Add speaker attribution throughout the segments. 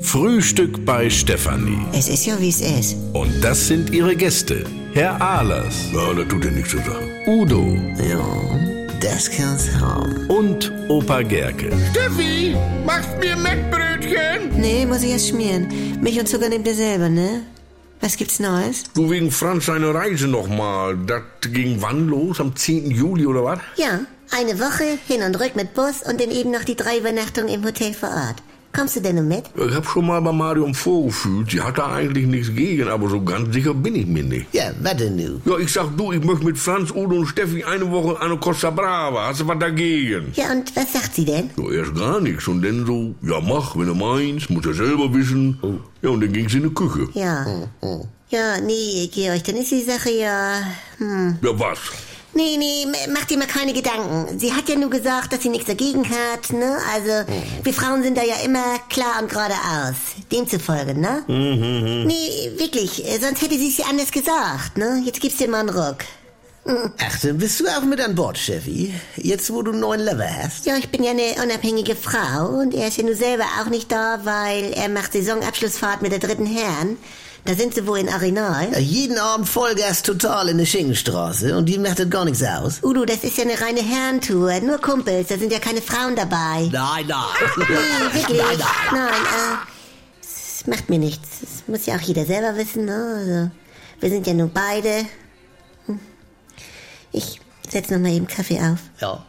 Speaker 1: Frühstück bei Stefanie.
Speaker 2: Es ist ja, wie es ist.
Speaker 1: Und das sind ihre Gäste. Herr Ahlers,
Speaker 3: Ja, das tut dir nichts zu sagen.
Speaker 1: Udo
Speaker 2: Ja, das kann's haben.
Speaker 1: und Opa Gerke.
Speaker 4: Steffi, machst mir Mettbrötchen?
Speaker 2: Nee, muss ich erst schmieren. Milch und Zucker nehmt ihr selber, ne? Was gibt's Neues?
Speaker 3: Du wegen Franz seine Reise nochmal. Das ging wann los? Am 10. Juli oder was?
Speaker 5: Ja, eine Woche hin und rück mit Bus und dann eben noch die drei Übernachtungen im Hotel vor Ort. Kommst du denn nun mit?
Speaker 3: Ich hab schon mal bei Marion vorgefühlt. Sie hat da eigentlich nichts gegen, aber so ganz sicher bin ich mir nicht.
Speaker 2: Ja, warte nu.
Speaker 3: Ja, ich sag du, ich möchte mit Franz, Udo und Steffi eine Woche an der Costa Brava. Hast du was dagegen?
Speaker 5: Ja, und was sagt sie denn?
Speaker 3: Ja, erst gar nichts und dann so, ja mach, wenn du meinst, muss er selber wissen.
Speaker 4: Oh.
Speaker 3: Ja, und dann ging's in die Küche.
Speaker 5: Ja. Ja, nee, Georg, dann ist die Sache ja... Hm.
Speaker 3: Ja, was?
Speaker 5: Nee, nee, m- mach dir mal keine Gedanken. Sie hat ja nur gesagt, dass sie nichts dagegen hat, ne? Also, wir Frauen sind da ja immer klar und geradeaus. Demzufolge, ne? Nee, wirklich, äh, sonst hätte sie es ja anders gesagt, ne? Jetzt gibst dir mal einen Ruck.
Speaker 2: Ach, dann bist du auch mit an Bord, Steffi. Jetzt, wo du einen neuen Lover hast.
Speaker 5: Ja, ich bin ja eine unabhängige Frau und er ist ja nur selber auch nicht da, weil er macht Saisonabschlussfahrt mit der dritten Herren. Da sind sie wohl in Arenal.
Speaker 2: Jeden Abend Vollgas total in der Schinkenstraße und die macht das gar nichts aus.
Speaker 5: Udo, das ist ja eine reine Herrentour. Nur Kumpels, da sind ja keine Frauen dabei.
Speaker 2: Nein, nein.
Speaker 5: Nee, Hm, wirklich. Nein, äh, es macht mir nichts. Das muss ja auch jeder selber wissen, ne? Also, wir sind ja nur beide. Hm. Ich setz noch mal eben Kaffee auf.
Speaker 2: Ja.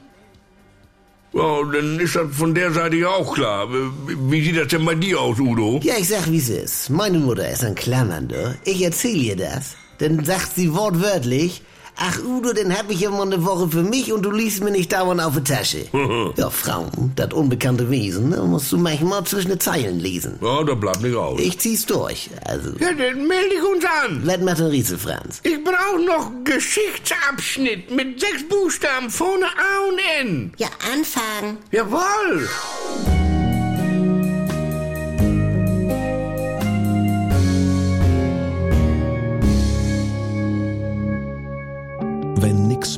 Speaker 3: Ja, dann ist das von der Seite ja auch klar. Wie sieht das denn bei dir aus, Udo?
Speaker 2: Ja, ich sag, wie es ist. Meine Mutter ist ein Klammernder. Ich erzähl ihr das. Dann sagt sie wortwörtlich, ach Udo, dann hab ich ja mal eine Woche für mich und du liest mir nicht dauernd auf die Tasche. ja, Frauen, das unbekannte Wesen, ne, musst du manchmal zwischen den Zeilen lesen.
Speaker 3: Ja, da bleibt nicht aus.
Speaker 2: Ich zieh's durch. Also,
Speaker 4: Ja, dann melde ich uns an.
Speaker 2: was macht ein Riese, Franz?
Speaker 4: Ich brauche noch Geschichtsabschnitt mit sechs Buchstaben vorne A und N.
Speaker 5: Ja, anfangen.
Speaker 4: Jawohl.
Speaker 6: Wenn nix